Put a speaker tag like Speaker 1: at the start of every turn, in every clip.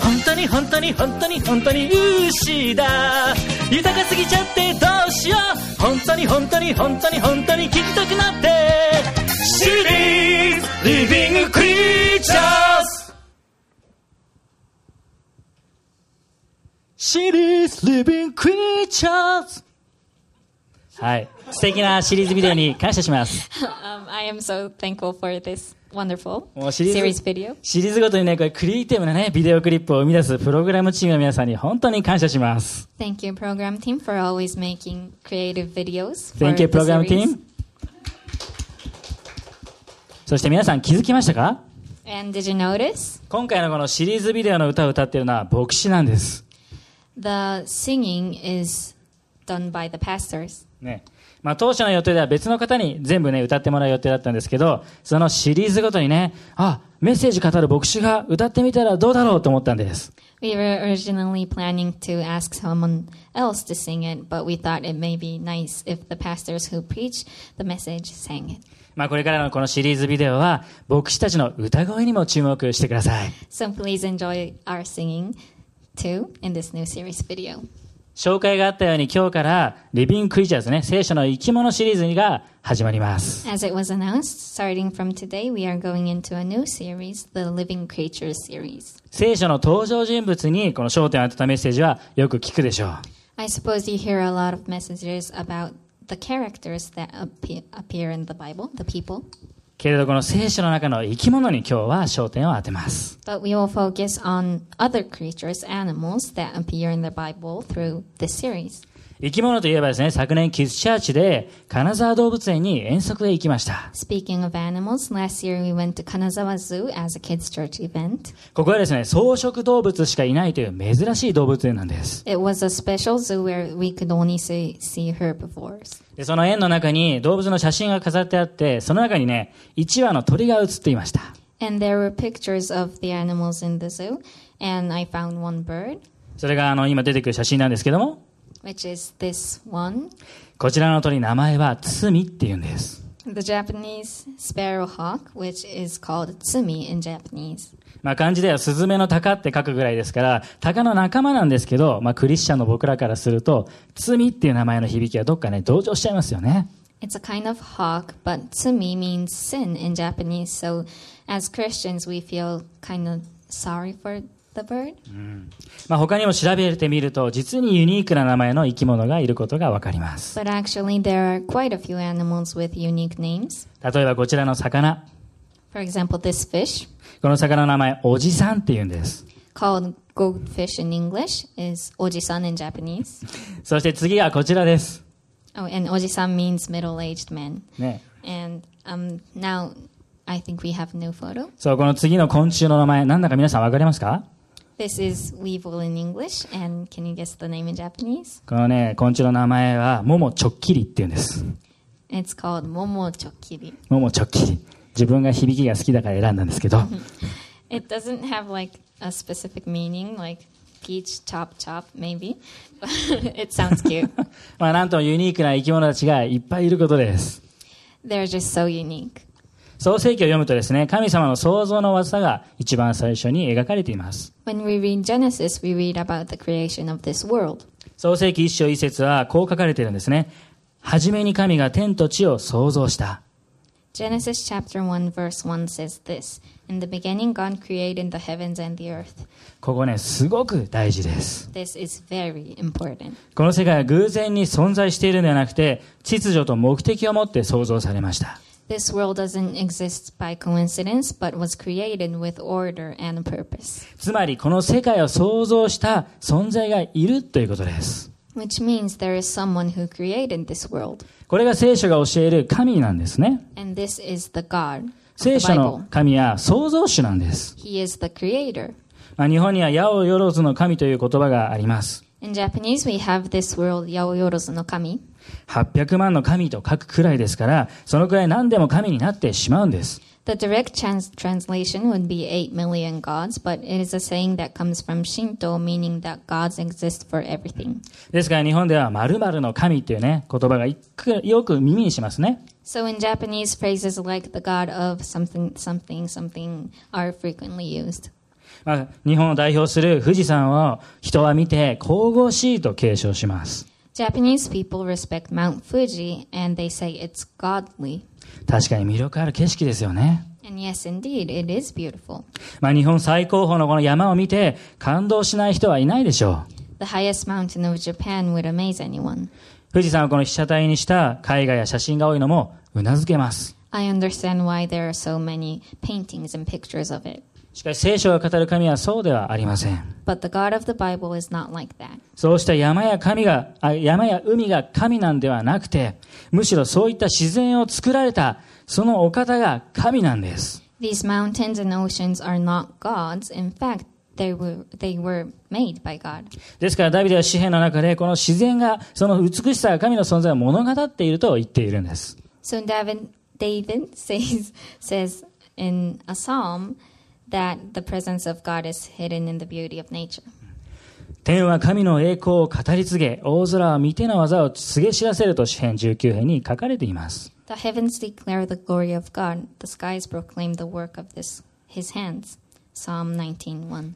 Speaker 1: 本当に本当に本当に本当に牛だ豊かすぎちゃってどうしよう本当に本当に本当に本当に聞きたくなってシリーズリビングクリーチャーズシリーズリビングクリーチャーズはい素敵なシリーズビデオに感謝します
Speaker 2: Um, I am so thankful for this wonderful
Speaker 1: もうシリーズ
Speaker 2: series video.
Speaker 1: シリーズごとにね、これクリエイティブなね、ビデオクリップを生み出すプログラムチームの皆さんに本当に感謝します。
Speaker 2: Thank you, program team, for always making creative videos. for
Speaker 1: Thank you,
Speaker 2: the
Speaker 1: program
Speaker 2: series.
Speaker 1: team. そして皆さん気づきましたか
Speaker 2: And did you notice
Speaker 1: 今回のこのシリーズビデオの歌を歌っているのは牧師なんです。
Speaker 2: the singing is done by the pastors?
Speaker 1: ね。まあ当初の予定では別の方に全部ね、歌ってもらう予定だったんですけど、そのシリーズごとにね、あ、メッセージ語る牧師が歌ってみたらどうだろうと思ったんです。
Speaker 2: We were originally planning to ask someone else to sing it, but we thought it may be nice if the pastors who preach the message sang it.
Speaker 1: まあこれからのこのシリーズビデオは牧師たちの歌声にも注目してください。
Speaker 2: So please enjoy our singing too in this new series video.
Speaker 1: 紹介があったように今日からリビングクリーチャーズね、聖書の生き物シリーズが始まります。
Speaker 2: As it was announced, starting from today, we are going into a new series, the Living Creatures series.
Speaker 1: 聖書の登場人物にこの焦点を当てたメッセージはよく聞くでしょう。
Speaker 2: I suppose you hear a lot of messages about the characters that appe- appear in the Bible, the people,
Speaker 1: けれどこの聖書の中の生き物に今日は焦点を当てます。
Speaker 2: but we will focus on other creatures, animals that appear in the Bible through this series.
Speaker 1: 生き物といえばですね、昨年キッズチャーチで金沢動物園に遠足へ行きました。
Speaker 2: Speaking of animals, last year we went to Kanazawa Zoo as a kids' church event.
Speaker 1: ここはですね、草食動物しかいないという珍しい動物園なんです。
Speaker 2: It was a special zoo where we could only see, see herbivores.
Speaker 1: でその園の中に動物の写真が飾ってあって、その中にね、1羽の鳥が写っていました。
Speaker 2: And there were pictures of the animals in the zoo, and I found one bird,
Speaker 1: それがあの今出てくる写真なんですけども、
Speaker 2: which is this one,
Speaker 1: こちらの鳥、名前は堤って言うんです。
Speaker 2: the Japanese sparrowhawk, which is called tsumi in Japanese.
Speaker 1: まあ漢字ではスズメの鷹って書くぐらいですから、鷹の仲間なんですけど、まあクリスチャンの僕らからすると、罪っていう名前の響きはどっかね、同情しちゃいますよね。
Speaker 2: It's a kind of hawk, but tsumi means sin in Japanese, so as Christians, we feel kind of sorry for the bird.
Speaker 1: まあ他にも調べてみると、実にユニークな名前の生き物がいることがわかります。
Speaker 2: But actually, there are quite a few animals with unique names.
Speaker 1: 例えばこちらの魚。
Speaker 2: For example, this fish,
Speaker 1: この魚の名前、おじさんって言うんです。
Speaker 2: called goldfish in English, is ojisan in Japanese.
Speaker 1: そして次がこちらです。
Speaker 2: Oh, and ojisan means middle-aged man.
Speaker 1: ね。
Speaker 2: And um, now I think we have new photo.
Speaker 1: そう、この次の昆虫の名前、なんだか皆さんわかりますか
Speaker 2: This is weevil in English, and can you guess the name in Japanese?
Speaker 1: このね、昆虫の名前は、ももちょっきりって言うんです。
Speaker 2: It's called momo chokiri.
Speaker 1: ももちょっきり。自分が響きが好きだから選んだんですけど、
Speaker 2: It doesn't have like a specific meaning, like peach chop chop, maybe. But it sounds cute.
Speaker 1: まあなんともユニークな生き物たちがいっぱいいることです。
Speaker 2: They're just so unique.
Speaker 1: 創世記を読むとですね、神様の創造の技が一番最初に描かれています。
Speaker 2: When we read Genesis, we read about the creation of this world.
Speaker 1: 創世記一章一節はこう書かれているんですね。はじめに神が天と地を創造した。
Speaker 2: Genesis chapter 1 verse 1 says this, "In the beginning God created the heavens and the earth."
Speaker 1: ここね、すごく大事です。
Speaker 2: This is very important.
Speaker 1: この世界は偶然に存在しているのではなくて、秩序と目的を持って創造されました。
Speaker 2: This world doesn't exist by coincidence, but was created with order and purpose,
Speaker 1: つまりこの世界を創造した存在がいるということです。
Speaker 2: which means there is someone who created this world,
Speaker 1: これが聖書が教える神なんですね。
Speaker 2: and this is the God.
Speaker 1: 聖
Speaker 2: The
Speaker 1: 書の
Speaker 2: Bible.
Speaker 1: 神は創造主なんです。
Speaker 2: He is the creator.
Speaker 1: まあ、日本には八百万の神という言葉があります。
Speaker 2: In Japanese, we have this word yaoyorozu no kami,
Speaker 1: 800万の神と書くくらいですから、そのくらい何でも神になってしまうんです。
Speaker 2: The direct trans- translation would be 8 million gods, but it is a saying that comes from Shinto, meaning that gods exist for everything.
Speaker 1: ですから日本では〇〇の神というね、言葉がいくよく耳にしますね。
Speaker 2: So in Japanese, phrases like the god of something, something, something are frequently used.
Speaker 1: まあ、日本を代表する富士山を人は見て神々しいと継承します。
Speaker 2: Japanese people respect Mount Fuji and they say it's godly.
Speaker 1: 確かに魅力ある景色ですよね。
Speaker 2: And yes, indeed, it is beautiful.
Speaker 1: まあ、日本最高峰のこの山を見て感動しない人はいないでしょう。
Speaker 2: The highest mountain of Japan would amaze anyone.
Speaker 1: 富士山をこの被写体にした絵画や写真が多いのもうなずけます。
Speaker 2: I understand why there are so many paintings and pictures of it.
Speaker 1: しかし聖書が語る神はそうではありません。
Speaker 2: But the God of the Bible is not like that.
Speaker 1: そうした山や神が、あ山や海が神なんではなくて、むしろそういった自然を作られた、そのお方が神なんです。
Speaker 2: These mountains and oceans are not gods. In fact, they were, they were made by God.
Speaker 1: ですからダビデは詩篇の中で、この自然が、その美しさが神の存在を物語っていると言っているんです。
Speaker 2: So David, David says, says in a psalm that the presence of God is hidden in the beauty of nature.
Speaker 1: 天は神の栄光を語り継げ、大空は見ての技を告げ知らせると詩篇19編に書かれています。
Speaker 2: The heavens declare the glory of God. The skies proclaim the work of this, his hands. Psalm 19:1.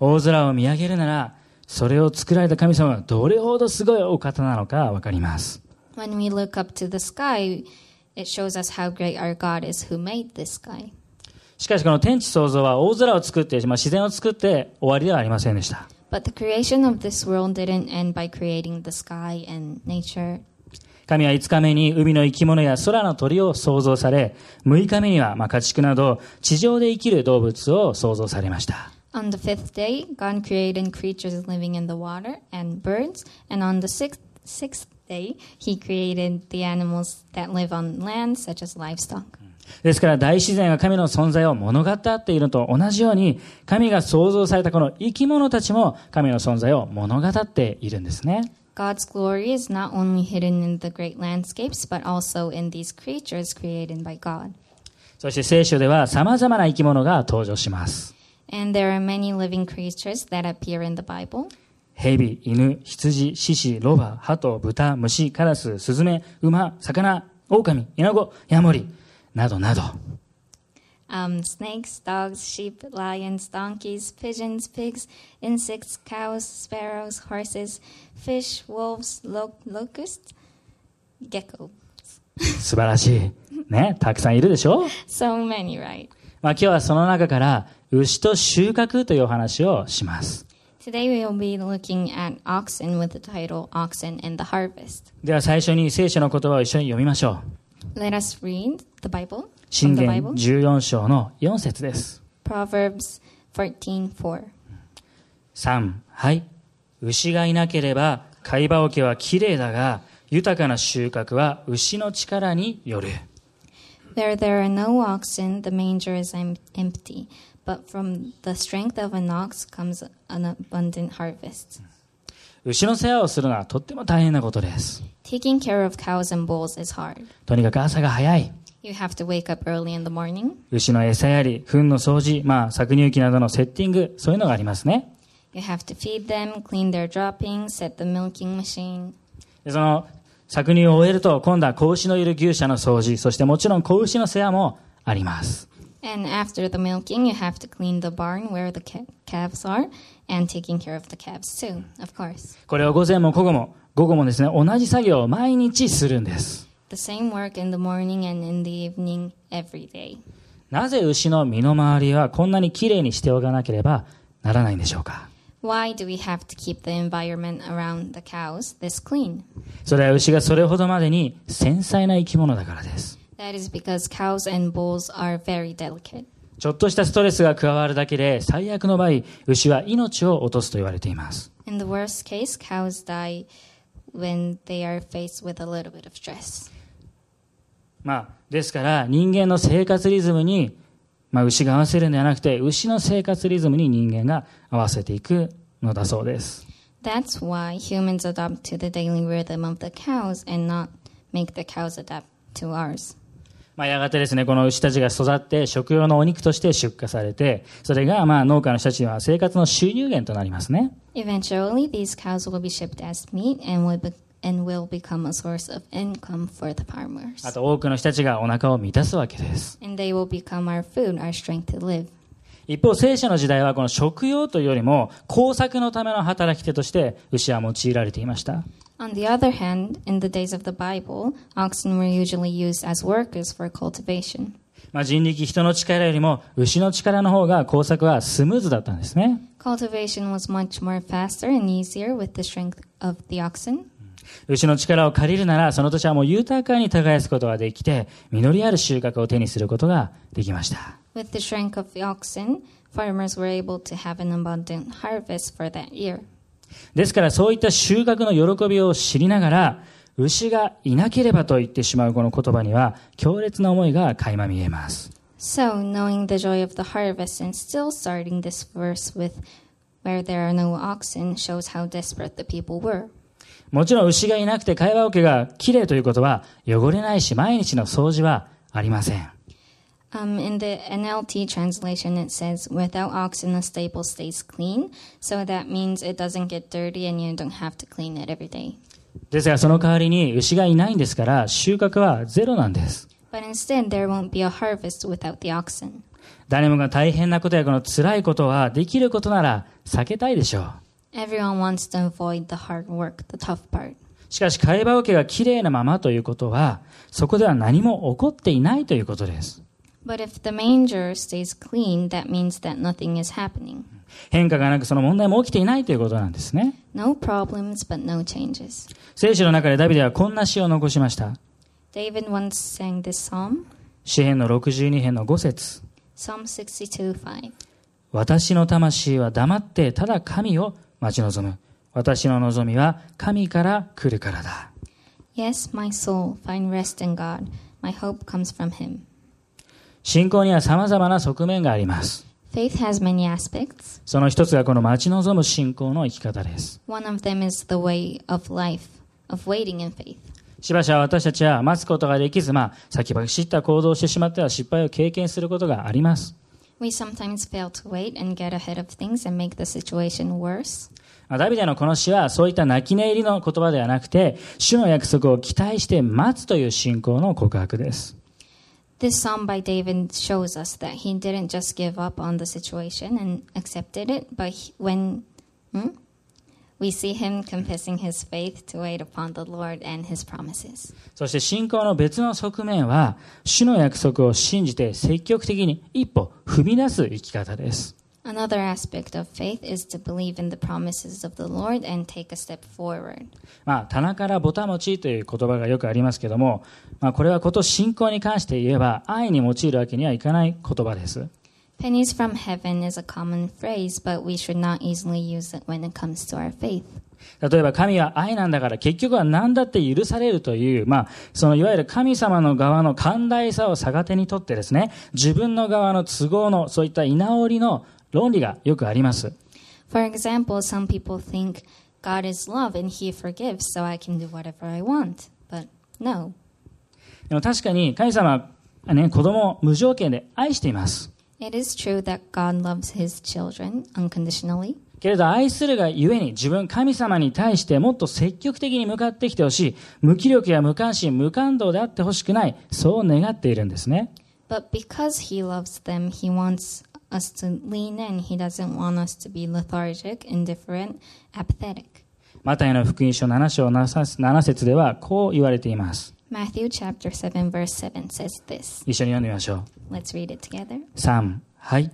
Speaker 1: 大空を見上げるなら、それを作られた神様がどれほどすごいお方なのかわかります。
Speaker 2: When we look up to the sky, it shows us how great our God is who made this sky.
Speaker 1: しかしこの天地創造は大空を作って、まあ、自然を作って終わりではありませんでした。
Speaker 2: But the creation of this world didn't end by creating the sky and nature.
Speaker 1: 神は5日目に海の生き物や空の鳥を創造され、6日目にはまあ家畜など地上で生きる動物を創造されました。
Speaker 2: On the fifth day, God created creatures living in the water and birds, and on the sixth, sixth day, He created the animals that live on land, such as livestock.
Speaker 1: ですから大自然が神の存在を物語っているのと同じように、神が創造されたこの生き物たちも神の存在を物語っているんですね。
Speaker 2: God's glory is not only hidden in the great landscapes, but also in these creatures created by God.
Speaker 1: そして聖書では様々な生き物が登場します。
Speaker 2: And there are many living creatures that appear in the Bible
Speaker 1: 蛇、犬、羊、獅子、ロバ、鳩、豚、虫、カラス、スズメ、馬、魚、狼、イナゴ、ヤモリ、などなど。
Speaker 2: um, snakes, dogs, sheep, lions, donkeys, pigeons, pigs, insects, cows, sparrows, horses, fish, wolves, lo- locusts, gecko.
Speaker 1: 素晴らしい。ね、たくさんいるでしょ
Speaker 2: So many, right?
Speaker 1: まあ今日はその中から、牛と収穫というお話をします。
Speaker 2: Today we will be looking at oxen with the title Oxen and the Harvest.
Speaker 1: では最初に聖書の言葉を一緒に読みましょう。
Speaker 2: Let us read the Bible
Speaker 1: 信
Speaker 2: from the
Speaker 1: 玄
Speaker 2: Bible.
Speaker 1: 14章の4節です。
Speaker 2: Proverbs 14:4.
Speaker 1: 3はい牛がいなければ貝羽桶はきれいだが豊かな収穫は牛の力による
Speaker 2: Where there are no oxen, the manger is em- empty, but from the strength of an ox comes an abundant harvest.
Speaker 1: 牛の世話をするのはとっても大変なことです
Speaker 2: Taking care of cows and bulls is hard.
Speaker 1: とにかく朝が早い
Speaker 2: You have to wake up early in the morning.
Speaker 1: 牛の餌やり糞の掃除まあ搾乳機などのセッティングそういうのがありますね
Speaker 2: You have to feed them, clean their droppings, set the milking machine.
Speaker 1: でその搾乳を終えると今度は子牛のいる牛舎の掃除そしてもちろん子牛の世話もあります
Speaker 2: And after the milking, you have to clean the barn where the ca- calves are and taking care of the calves too, of course.
Speaker 1: これを午前も午後も午後もですね同じ作業を毎日するんです
Speaker 2: The same work in the morning and in the evening every day.
Speaker 1: なぜ牛の身の回りはこんなにきれいにしておかなければならないんでしょうか
Speaker 2: Why do we have to keep the environment around the cows this clean?
Speaker 1: それは牛がそれほどまでに繊細な生き物だからです。
Speaker 2: That is because cows and bulls are very delicate.
Speaker 1: ちょっとしたストレスが加わるだけで最悪の場合、牛は命を落とすと言われています。
Speaker 2: In the worst case, cows die when they are faced with a little bit of stress.
Speaker 1: まあ、ですから人間の生活リズムに、まあ、牛が合わせるんではなくて、牛の生活リズムに人間が合わせていくのだそうです。
Speaker 2: That's why humans adapt to the daily rhythm of the cows and not make the cows adapt to ours.
Speaker 1: まあ、やがてですね、この牛たちが育って食用のお肉として出荷されて、それがまあ農家の人たちには生活の収入源となりますね。
Speaker 2: Eventually, these cows will be shipped as meat and will, be- and will become a source of income for the farmers.
Speaker 1: あと多くの人たちがお腹を満たすわけです。
Speaker 2: And they will become our food, our strength to live.
Speaker 1: 一方、聖書の時代はこの食用というよりも工作のための働き手として牛は用いられていました。
Speaker 2: On the other hand, in the days of the Bible, oxen were usually used as workers for cultivation.
Speaker 1: まあ、人力、人の力よりも牛の力の方が工作はスムーズだったんですね。
Speaker 2: Cultivation was much more faster and easier with the strength of the oxen.
Speaker 1: 牛の力を借りるならその土地はもう豊かに耕すことができて実りある収穫を手にすることができました
Speaker 2: With the strength of the oxen, farmers were able to have an abundant harvest for that year.
Speaker 1: ですからそういった収穫の喜びを知りながら牛がいなければと言ってしまうこの言葉には強烈な思いが垣間見えます
Speaker 2: So, knowing the joy of the harvest and still starting this verse with where there are no oxen shows how desperate the people were.
Speaker 1: もちろん牛がいなくて会話桶がきれいということは汚れないし毎日の掃除はありません
Speaker 2: Um, in the NLT translation, it says, without oxen, the stable stays clean. So that means it doesn't get dirty and you don't have to clean it every day.
Speaker 1: ですがその代わりに牛がいないんですから収穫はゼロなんです
Speaker 2: But instead, there won't be a harvest without the oxen.
Speaker 1: 誰もが大変なことやこの辛いことはできることなら避けたいでしょう
Speaker 2: Everyone wants to avoid the hard work, the tough part.
Speaker 1: しかし、会話桶がきれいなままということは、そこでは何も起こっていないということです。
Speaker 2: But if the manger stays clean, that means that nothing is happening.
Speaker 1: 変化がなくその問題も起きていないということなんですね。
Speaker 2: No problems, but no changes.
Speaker 1: 聖書の中でダビデはこんな詩を残しました。
Speaker 2: David once sang this psalm,
Speaker 1: 詩編の62編の5節
Speaker 2: Psalm 62 5.
Speaker 1: 私の魂は黙ってただ神を待ち望む。私の望みは神から来るからだ。
Speaker 2: Yes, my soul, find rest in God. My hope comes from Him.
Speaker 1: 信仰には様々な側面があります。
Speaker 2: Faith has many aspects.
Speaker 1: その一つがこの待ち望む信仰の生き方です。
Speaker 2: One of them is the way of life, of waiting in faith.
Speaker 1: しばしば私たちは待つことができず、まあ、先走った行動をしてしまっては失敗を経験することがあります。
Speaker 2: We sometimes fail to wait and get ahead of things and make the situation worse.
Speaker 1: まあダビデのこの詩はそういった泣き寝入りの言葉ではなくて、主の約束を期待して待つという信仰の告白です。
Speaker 2: This psalm by David shows us that he didn't just give up on the situation and accepted it, but he- when hmm? we see him confessing his faith to wait upon the Lord and his promises.
Speaker 1: そして信仰の別の側面は、主の約束を信じて積極的に一歩踏み出す生き方です。
Speaker 2: Another aspect of faith is to believe in the promises of the Lord and take a step forward.
Speaker 1: まあ、棚からぼたもちという言葉がよくありますけども、まあ、これはこと信仰に関して言えば、愛に用いるわけにはいかない言葉です。
Speaker 2: Pennies from heaven is a common phrase, but we should not easily use it when it comes to our faith.
Speaker 1: 例えば神は愛なんだから結局は何だって許されるという、まあ、そのいわゆる神様の側の寛大さを逆手にとってですね、自分の側の都合のそういった居直りの論理がよくあります。
Speaker 2: For example, some people think God is love and he forgives, so I can do whatever I want. But no.
Speaker 1: でも確かに神様はね、子供を無条件で愛しています。
Speaker 2: It is true that God loves his children unconditionally,
Speaker 1: けれど愛するがゆえに自分神様に対してもっと積極的に向かってきてほしい。無気力や無関心、無感動であってほしくない。そう願っているんですね。
Speaker 2: but because he loves them, he wants us to lean in. He doesn't want us to be lethargic, indifferent, apathetic.
Speaker 1: マタイの福音書7章7節ではこう言われています。
Speaker 2: Matthew chapter 7 verse 7 says this.
Speaker 1: 一緒に読んでみましょ
Speaker 2: Let's read it together.
Speaker 1: う。3、はい。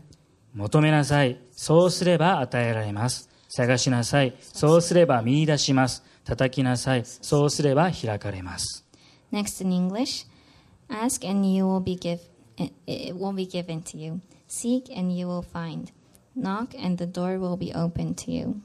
Speaker 1: 求めなさい。そうすれば与えられます。探しなさい。そうすれば見出します。叩きなさい。そうすれば開かれます。
Speaker 2: Next in English, ask and you will be give, it- it will be given to you. Seek and you will find. Knock and the door will be open to you.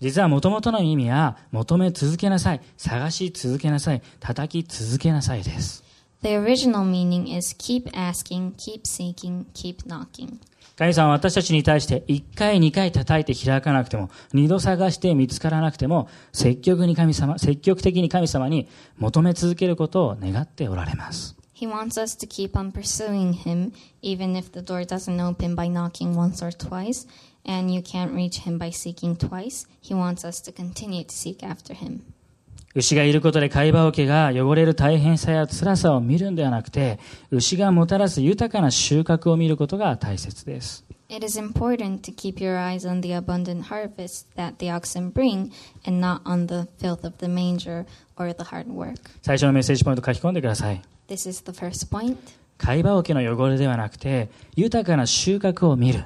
Speaker 1: 実は元々の意味は、求め続けなさい。探し続けなさい。叩き続けなさいです。
Speaker 2: The original meaning is keep asking, keep seeking, keep knocking.
Speaker 1: 神様は私たちに対して1回2回叩いて開かなくても、2度探して見つからなくても、積極に神様、積極的に神様に求め続けることを願っておられます。
Speaker 2: He wants us to keep on pursuing him, even if the door doesn't open by knocking once or twice, and you can't reach him by seeking twice. He wants us to continue to seek after him.
Speaker 1: 牛がいることで貝羽桶が汚れる大変さや辛さを見るんではなくて、牛がもたらす豊かな収穫を見ることが大切です。
Speaker 2: It is important to keep your eyes on the abundant harvest that the oxen bring and not on the filth of the manger or the hard work.
Speaker 1: 最初のメッセージポイント書き込んでください。
Speaker 2: This is the first point.
Speaker 1: 貝羽桶の汚れではなくて、豊かな収穫を見る。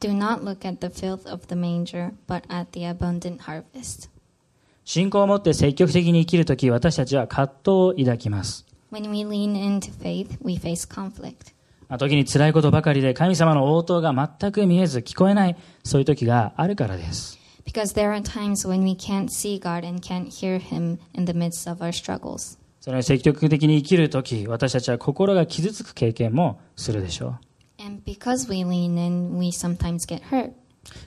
Speaker 2: Do not look at the filth of the manger, but at the abundant harvest.
Speaker 1: 信仰を持って積極的に生きるとき、私たちは葛藤を抱きます。
Speaker 2: When we lean into faith, we face conflict.
Speaker 1: まあ時に辛いことばかりで神様の応答が全く見えず聞こえない、そういう時があるからです。
Speaker 2: Because there are times when we can't see God and can't hear Him in the midst of our struggles.
Speaker 1: その積極的に生きるとき、私たちは心が傷つく経験もするでしょ
Speaker 2: And because we lean in, we sometimes get hurt.
Speaker 1: う。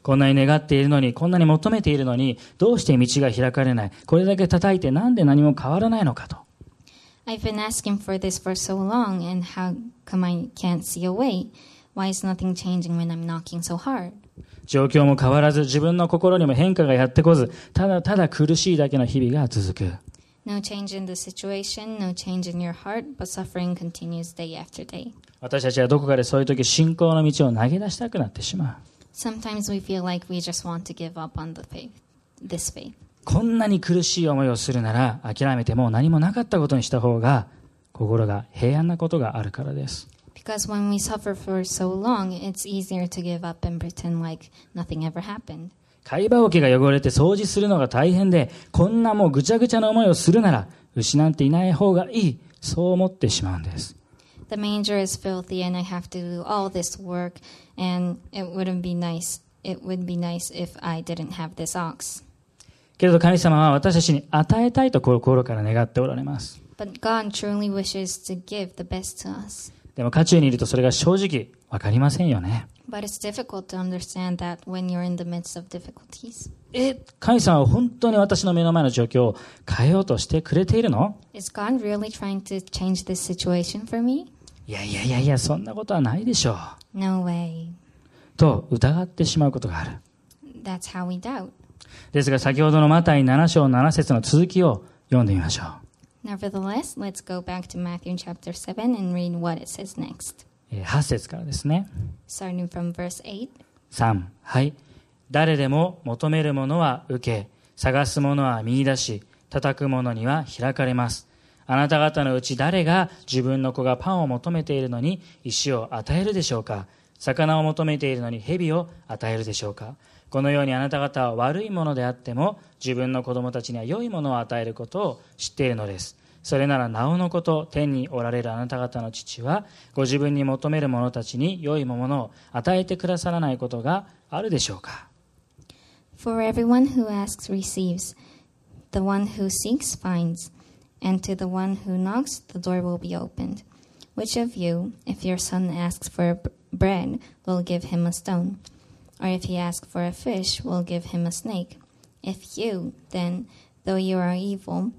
Speaker 1: こんなに願っているのに、こんなに求めているのに、どうして道が開かれない、これだけ叩いてなんで何も変わらないのかと。
Speaker 2: I've been asking for this for so long, and how come I can't see a way? Why is nothing changing when I'm knocking so hard?
Speaker 1: 状況も変わらず、自分の心にも変化がやってこず、ただただ苦しいだけの日々が続く。
Speaker 2: No change in the situation, no change in your heart, but suffering continues day after day.
Speaker 1: 私たちはどこかでそういう時、信仰の道を投げ出したくなってしまう。
Speaker 2: Sometimes we feel like we just want to give up on the faith, this faith.
Speaker 1: こんなに苦しい思いをするなら、諦めてもう何もなかったことにした方が、心が平安なことがあるからです。
Speaker 2: Because when we suffer for so long, it's easier to give up and pretend like nothing ever happened.
Speaker 1: 貝羽桶が汚れて掃除するのが大変で、こんなもうぐちゃぐちゃな思いをするなら、牛なんていない方がいい、そう思ってしまうんです。
Speaker 2: The manger is filthy and I have to do all this work and it wouldn't be nice. It would be nice if I didn't have this ox.
Speaker 1: けれど神様は私たちに与えたいと心から願っておられます。
Speaker 2: But God truly wishes to give the best to us.
Speaker 1: でも渦中にいるとそれが正直わかりませんよね。
Speaker 2: But it's difficult to understand that when you're in the midst of difficulties.
Speaker 1: え、神様は本当に私の目の前の状況を変えようとしてくれているの
Speaker 2: Is God really trying to change this situation for me?
Speaker 1: いやいやいやいや、そんなことはないでしょう。
Speaker 2: No way.
Speaker 1: と疑ってしまうことがある。
Speaker 2: That's how we doubt.
Speaker 1: ですが先ほどのマタイ7章7節の続きを読んでみましょう。
Speaker 2: Nevertheless, let's go back to Matthew chapter 7 and read what it says next.
Speaker 1: えー8節からですね。
Speaker 2: Starting from verse 8.
Speaker 1: 3はい誰でも求めるものは受け探すものは見出し叩くものには開かれますあなた方のうち誰が自分の子がパンを求めているのに石を与えるでしょうか魚を求めているのに蛇を与えるでしょうかこのようにあなた方は悪いものであっても自分の子供たちには良いものを与えることを知っているのですそれならなおのこと天におられるあなた方の父はご自分に求める者たちに良いものを与えてくださらないことがあるでしょうか
Speaker 2: For everyone who asks receives, the one who seeks finds, and to the one who knocks the door will be opened. Which of you, if your son asks for b- bread, will give him a stone? Or if he asks for a fish, will give him a snake? If you, then, though you are evil,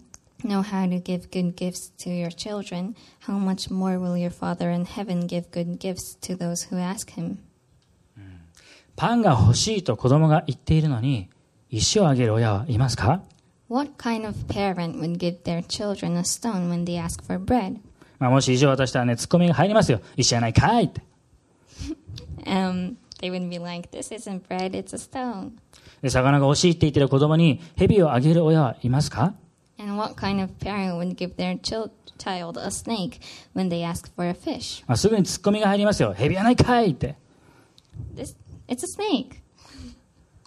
Speaker 2: know how to give good gifts to your children, how much more will your Father in heaven give good gifts to those who ask him?
Speaker 1: パンが欲しいと子供が言っているのに石をあげる親はいますか、
Speaker 2: What kind of parent would give their children a stone when they ask for bread?
Speaker 1: まあ、もし石を渡したらねツッコミが入りますよ石じゃないかいって
Speaker 2: Um, they would be like, "This isn't bread; it's a stone."
Speaker 1: で魚が欲しいって言ってる子供に蛇をあげる親はいますか
Speaker 2: And what kind of parent would give their chil- child a snake when they ask for a fish?
Speaker 1: まあ、すぐにツッコミが入りますよ蛇はないかいって、
Speaker 2: This, it's a snake.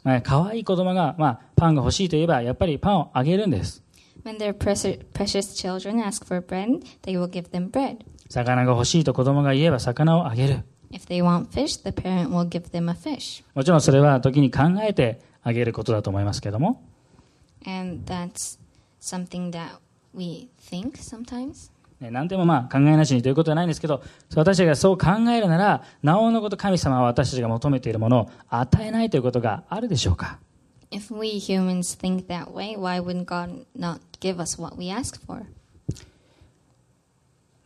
Speaker 1: まあ、可愛い子供が、まあ、パンが欲しいと言えばやっぱりパンをあげるんです
Speaker 2: When their precious, precious children ask for bread, they will give them bread.
Speaker 1: 魚が欲しいと子供が言えば魚をあげる。
Speaker 2: If they want fish, the parent will give them a fish.
Speaker 1: もちろんそれは時に考えてあげることだと思いますけども、
Speaker 2: And that's something that we think sometimes.
Speaker 1: ね、何でもまあ考えなしにということはないんですけど、私たちがそう考えるなら、なおのこと神様は私たちが求めているものを与えないということがあるでしょうか
Speaker 2: If we humans think that way, why would God not give us what we ask for?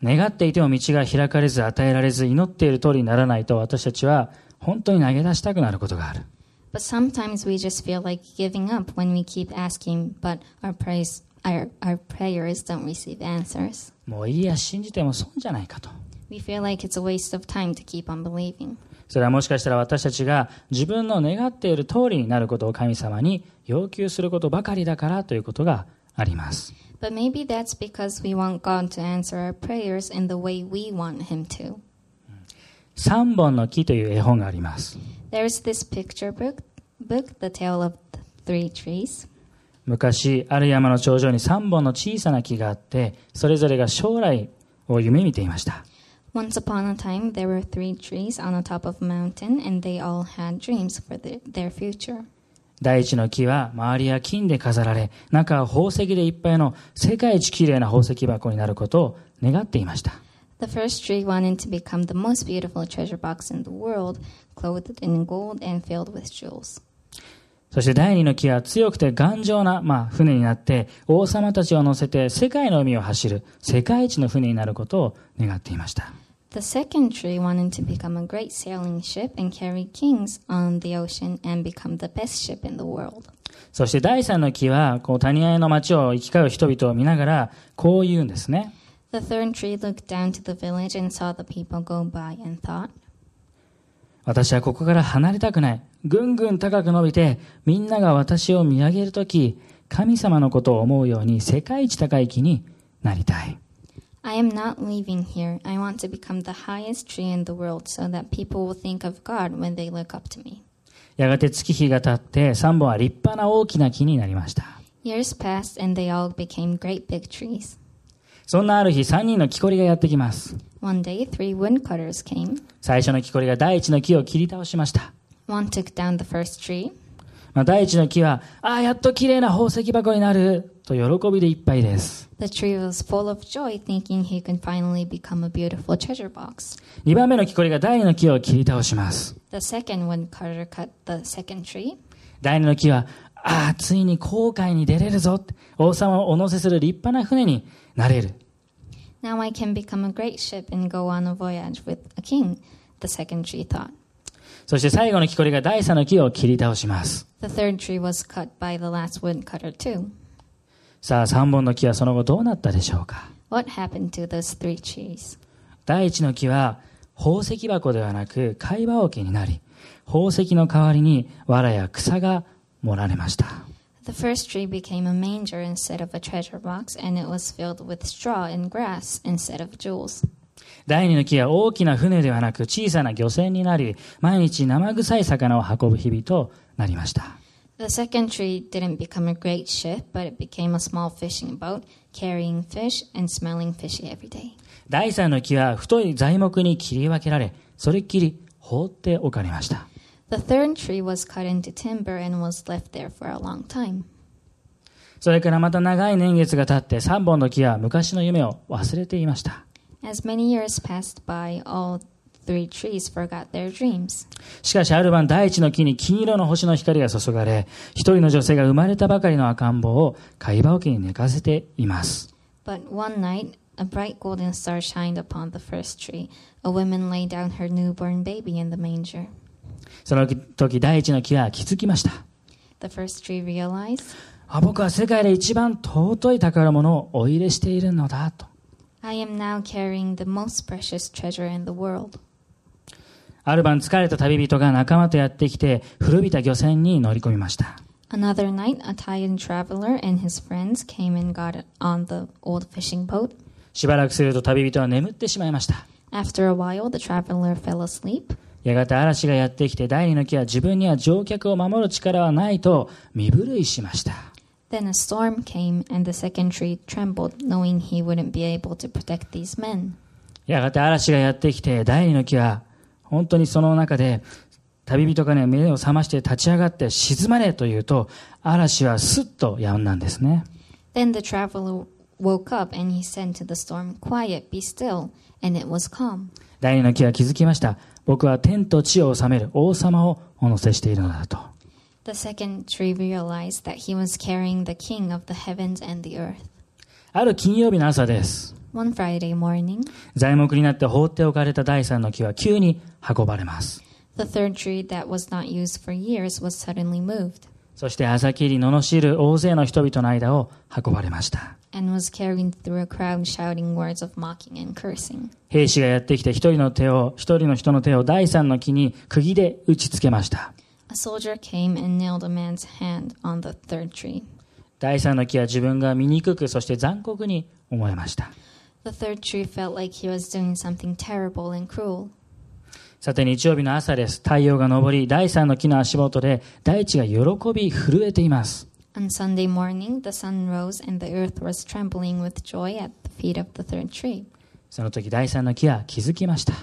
Speaker 1: 願っていても道が開かれず、与えられず、祈っている通りにならないと私たちは本当に投げ出したくなることがある。
Speaker 2: But sometimes we just feel like giving up when we keep asking, but our prayers our, our prayers don't receive answers.
Speaker 1: もういいや、信じても損じゃないかと。
Speaker 2: We feel like it's a waste of time to keep on believing.
Speaker 1: それはもしかしたら私たちが自分の願っている通りになることを神様に要求することばかりだからということがあります。
Speaker 2: But maybe that's because we want God to answer our prayers in the way we want Him to.
Speaker 1: 三本の木という絵本があります。
Speaker 2: There's this picture book, book The Tale of the Three Trees.
Speaker 1: 昔、ある山の頂上に三本の小さな木があって、それぞれが将来を夢見ていました。
Speaker 2: Once upon a time, there were three trees on the top of a mountain, and they all had dreams for the, their future.
Speaker 1: 第一の木は周りは金で飾られ、中は宝石でいっぱいの世界一綺麗な宝石箱になることを願っていました。
Speaker 2: The first tree wanted to become the most beautiful treasure box in the world, clothed in gold and filled with jewels.
Speaker 1: そして第二の木は強くて頑丈な、まあ、船になって王様たちを乗せて世界の海を走る世界一の船になることを願っていました。
Speaker 2: The second tree wanted to become a great sailing ship and carry kings on the ocean and become the best ship in the world.
Speaker 1: そして第三の木はこう谷合の町を行き交う人々を見ながらこう言うんですね。
Speaker 2: The third tree looked down to the village and saw the people go by and thought,
Speaker 1: 私はここから離れたくない。ぐんぐん高く伸びてみんなが私を見上げるとき神様のことを思うように世界一高い木になりたい。
Speaker 2: I am not leaving here. I want to become the highest tree in the world so that people will think of God when they look up to me.
Speaker 1: やがて月日が経って三本は立派な大きな木になりました。
Speaker 2: Years passed and they all became great big trees.
Speaker 1: そんなある日三人の木こりがやってきます。
Speaker 2: One day, three woodcutters came.
Speaker 1: 最初の木こりが第一の木を切り倒しました。
Speaker 2: One took down the first tree.
Speaker 1: まあ、第一の木は、ああ、やっと綺麗な宝石箱になると喜びでいっぱいです。
Speaker 2: The tree was full of joy, thinking he could finally become a beautiful treasure box.
Speaker 1: 2番目の木こりが第二の木を切り倒します。
Speaker 2: The second woodcutter cut the second tree.
Speaker 1: 第二の木は、ああ、ついに航海に出れるぞって。王様をお乗せする立派な船になれる。
Speaker 2: Now I can become a great ship and go on a voyage with a king, the second tree thought.
Speaker 1: そして最後の木こりが第三の木を切り倒します。
Speaker 2: The third tree was cut by the last woodcutter, too.
Speaker 1: さあ、三本の木はその後どうなったでしょうか
Speaker 2: What happened to those three trees?
Speaker 1: 第一の木は宝石箱ではなく貝羽桶になり宝石の代わりに藁や草が盛られました
Speaker 2: The first tree became a manger instead of a treasure box, and it was filled with straw and grass instead of jewels.
Speaker 1: 第二の木は大きな船ではなく小さな漁船になり毎日生臭い魚を運ぶ日々となりました
Speaker 2: The second tree didn't become a great ship, but it became a small fishing boat, carrying fish and smelling fishy every day.
Speaker 1: 第三の木は太い材木に切り分けられそれっきり放っておかれました
Speaker 2: The third tree was cut into timber and was left there for a long time.
Speaker 1: それからまた長い年月が経って三本の木は昔の夢を忘れていました
Speaker 2: As many years passed by, all three trees forgot their dreams.
Speaker 1: しかしある晩第一の木に金色の星の光が注がれ、一人の女性が生まれたばかりの赤ん坊を貝羽桶に寝かせています。
Speaker 2: But one night, a bright golden star shined upon the first tree. A woman laid down her newborn baby in the manger.
Speaker 1: その時第一の木は気づきました。
Speaker 2: The first tree realized,
Speaker 1: あ、僕は世界で一番尊い宝物をお入れしているのだと。
Speaker 2: I am now carrying the most precious treasure in the world.
Speaker 1: ある晩疲れた旅人が仲間とやってきて、古びた漁船に乗り込みました。
Speaker 2: Another night, a Titan traveler and his friends came and got on the old fishing boat.
Speaker 1: しばらくすると旅人は眠ってしまいました。
Speaker 2: After a while, the traveler fell asleep.
Speaker 1: やがて嵐がやってきて第二の木は自分には乗客を守る力はないと身震いしました。
Speaker 2: Then a storm came, and the second tree trembled, knowing he wouldn't be able to protect these men.
Speaker 1: やがて嵐がやってきて、第二の木は、本当にその中で、旅人がね、目を覚まして立ち上がって静まれと言うと、嵐はすっと止んだんですね。
Speaker 2: Then the traveler woke up, and he said to the storm, Quiet, be still. And it was calm.
Speaker 1: 第二の木は気づきました。僕は天と地を治める王様をお乗せしているのだと。
Speaker 2: The second tree realized that he was carrying the king of the heavens and the earth.
Speaker 1: ある金曜日の朝です。
Speaker 2: One Friday morning,
Speaker 1: 材木になって放っておかれた第三の木は急に運ばれます。
Speaker 2: the third tree that was not used for years was suddenly moved.
Speaker 1: そしてあざきり罵る大勢の人々の間を運ばれました
Speaker 2: and was carried through a crowd shouting words of mocking and cursing.
Speaker 1: 兵士がやってきて一人の手を一人の人の手を第三の木に釘で打ちつけました
Speaker 2: A soldier came and nailed a man's hand on the third tree.
Speaker 1: 第三の木は自分が醜くそして残酷に思えました
Speaker 2: The third tree felt like he was doing something terrible and cruel.
Speaker 1: さて日曜日の朝です太陽が昇り第三の木の足元で大地が喜び震えています
Speaker 2: On Sunday morning, the sun rose and the earth was trembling with joy at the feet of the third tree.
Speaker 1: その時第三の木は気づきました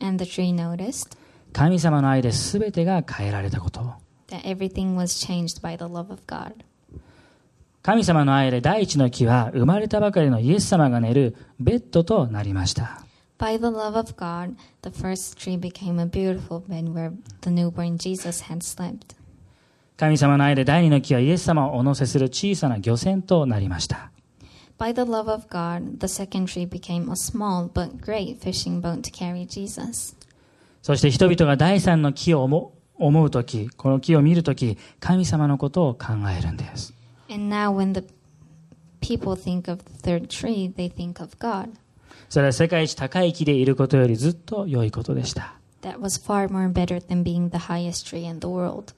Speaker 2: And the tree noticed
Speaker 1: 神様の愛で全てが変えられたことを
Speaker 2: that everything was changed by the love of God.
Speaker 1: 神様の愛で第一の木は生まれたばかりのイエス様が寝るベッドとなりました
Speaker 2: By the love of God, the first tree became a beautiful bed where the newborn Jesus had slept.
Speaker 1: 神様の愛で第二の木はイエス様をお乗せする小さな漁船となりました
Speaker 2: By the love of God, the second tree became a small but great fishing boat to carry Jesus.
Speaker 1: そして人々が第三の木を思う思う時この木を見る時神様のことを考えるんです
Speaker 2: And now, when the people think of the third tree, they think of God.
Speaker 1: それは世界一高い木でいることよりずっと良いことでした
Speaker 2: That was far more better than being the highest tree in the world.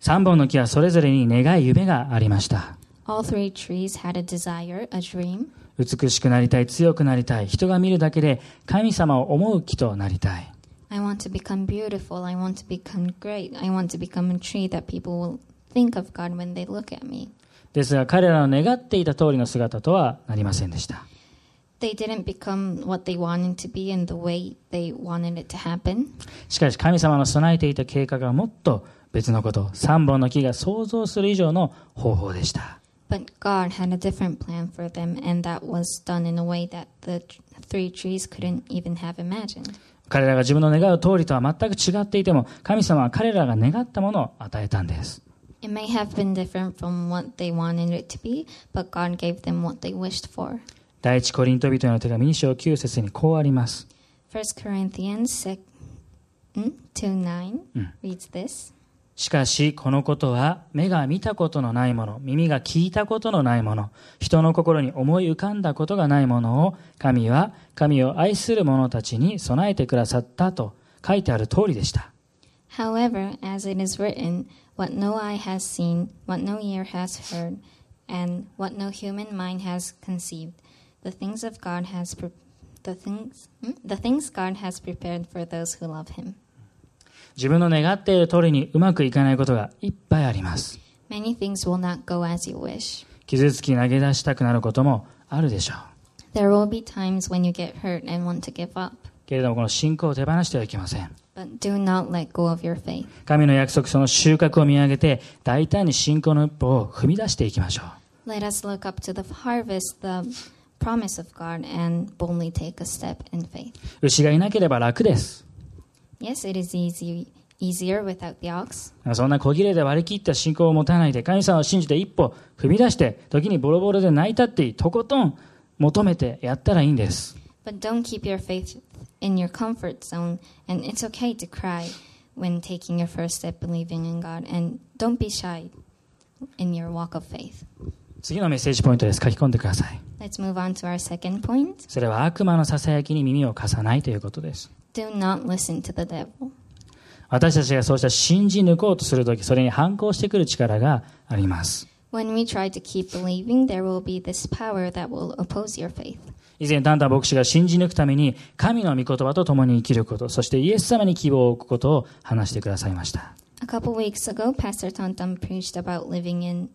Speaker 1: 3本の木はそれぞれに願い夢がありました
Speaker 2: All three trees had a desire, a dream.
Speaker 1: 美しくなりたい強くなりたい人が見るだけで神様を思う木となりたい
Speaker 2: I want to become beautiful. I want to become great. I want to become a tree that people will think of God when they look at me.
Speaker 1: ですが彼らの願っていた通りの姿とはなりませんでした
Speaker 2: They didn't become what they wanted to be in the way they wanted it to happen.
Speaker 1: しかし神様の備えていた計画はもっと別のこと3本の木が想像する以上の方法でした
Speaker 2: But God had a different plan for them, and that was done in a way that the tr- three trees couldn't even have imagined.
Speaker 1: 彼らが自分の願う通りとは全く違っていても神様は彼らが願ったものを与えたんです
Speaker 2: It may have been different from what they wanted it to be, but God gave them what they wished for.
Speaker 1: 第一コリント人への手紙2章9節にこうあります
Speaker 2: 1 Corinthians 6, mm, 2 9 reads this
Speaker 1: しかしこのことは目が見たことのないもの耳が聞いたことのないもの人の心に思い浮かんだことがないものを神は神を愛する者たちに備えてくださったと書いてある通りでした
Speaker 2: However, as it is written, what no eye has seen, what no ear has heard, and what no human mind has conceived, the things of God has pre- the things mm, the things God has prepared for those who love Him.
Speaker 1: 自分の願っている通りにうまくいかないことがいっぱいあります
Speaker 2: Many things will not go as you wish.
Speaker 1: 傷つき投げ出したくなることもあるでしょう
Speaker 2: There will be times when you get hurt and want to give up,
Speaker 1: けれどもこの信仰を手放してはいけません
Speaker 2: but do not let go of your faith.
Speaker 1: 神の約束その収穫を見上げて大胆に信仰の一歩を踏み出していきましょう
Speaker 2: Let us look up to the harvest, the promise of God, and boldly take a step in faith.
Speaker 1: 牛がいなければ楽です
Speaker 2: Yes, it is easy, easier without the ox.
Speaker 1: そんな小切れで割り切った信仰を持たないで、神様を信じて一歩踏み出して、時にボロボロで泣いたっていい、とことん求めてやったらいいんです。
Speaker 2: But don't keep your faith in your comfort zone, and it's okay to cry when taking your first step believing in God, and don't be shy in your walk of faith.
Speaker 1: 次のメッセージポイントです。書き込んでください。
Speaker 2: Let's move on to our second point
Speaker 1: それは悪魔のささやきに耳を貸さないということです。
Speaker 2: do not listen to the devil.
Speaker 1: 私たちがそうした信じ抜こうとするとき、それに反抗してくる力があります。
Speaker 2: When we try to keep believing, there will be this power that will oppose your faith.
Speaker 1: 以前、ダンタン牧師が信じ抜くために、神の御言葉と共に生きること、そしてイエス様に希望を置くことを話してくださいました。
Speaker 2: A couple weeks ago, Pastor Tantam preached about living in,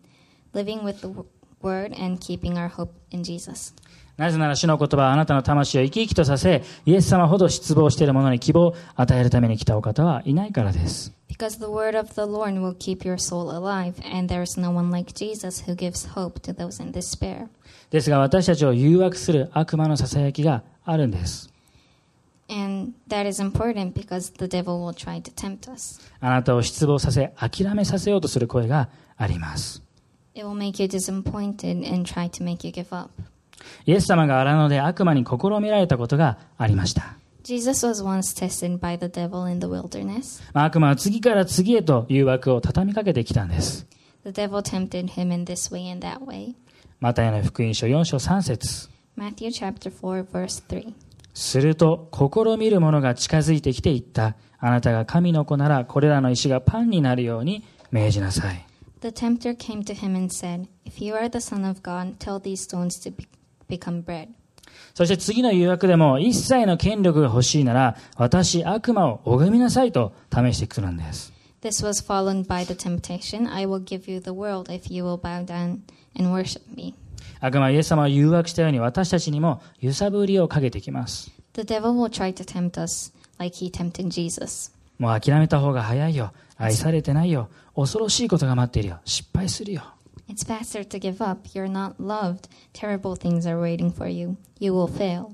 Speaker 2: living with the w- Word and keeping our hope in Jesus.
Speaker 1: なぜなら主の言葉はあなたの魂を生き生きとさせ、イエス様ほど失望している者に希望を与えるために来たお方はいないからです。
Speaker 2: Because the word of the Lord will keep your soul alive, and there is no one like Jesus who gives hope to those in despair.
Speaker 1: ですが私たちを誘惑する悪魔の囁きがあるんです。
Speaker 2: And that is important because the devil will try to tempt us.
Speaker 1: あなたを失望させ、諦めさせようとする声があります。
Speaker 2: It will make you disappointed and try to make you give up.
Speaker 1: イエス様が荒野で悪魔に試みられたことがありました。
Speaker 2: Jesus was once tested by the devil in the wilderness.
Speaker 1: まあ悪魔は次から次へと誘惑を畳みかけてきたんです。
Speaker 2: The devil tempted him in this way and that way.
Speaker 1: マタイの福音書4章3節
Speaker 2: Matthew chapter 4 verse 3.
Speaker 1: すると試みる者が近づいてきて言ったあなたが神の子ならこれらの石がパンになるように命じなさい
Speaker 2: The tempter came to him and said, If you are the son of God, tell these stones to be- become bread.
Speaker 1: そして次の誘惑でも一切の権力が欲しいなら私悪魔を拝みなさいと試していくとなんです
Speaker 2: This was followed by the temptation, I will give you the world if you will bow down and worship me.
Speaker 1: 悪魔はイエス様を誘惑したように私たちにも揺さぶりをかけてきます
Speaker 2: The devil will try to tempt us like he tempted Jesus.
Speaker 1: もう諦めた方が早いよ愛されてないよ恐ろしいことが待っているよ失敗するよ
Speaker 2: It's faster to give up. You're not loved. Terrible things are waiting for you. You will fail.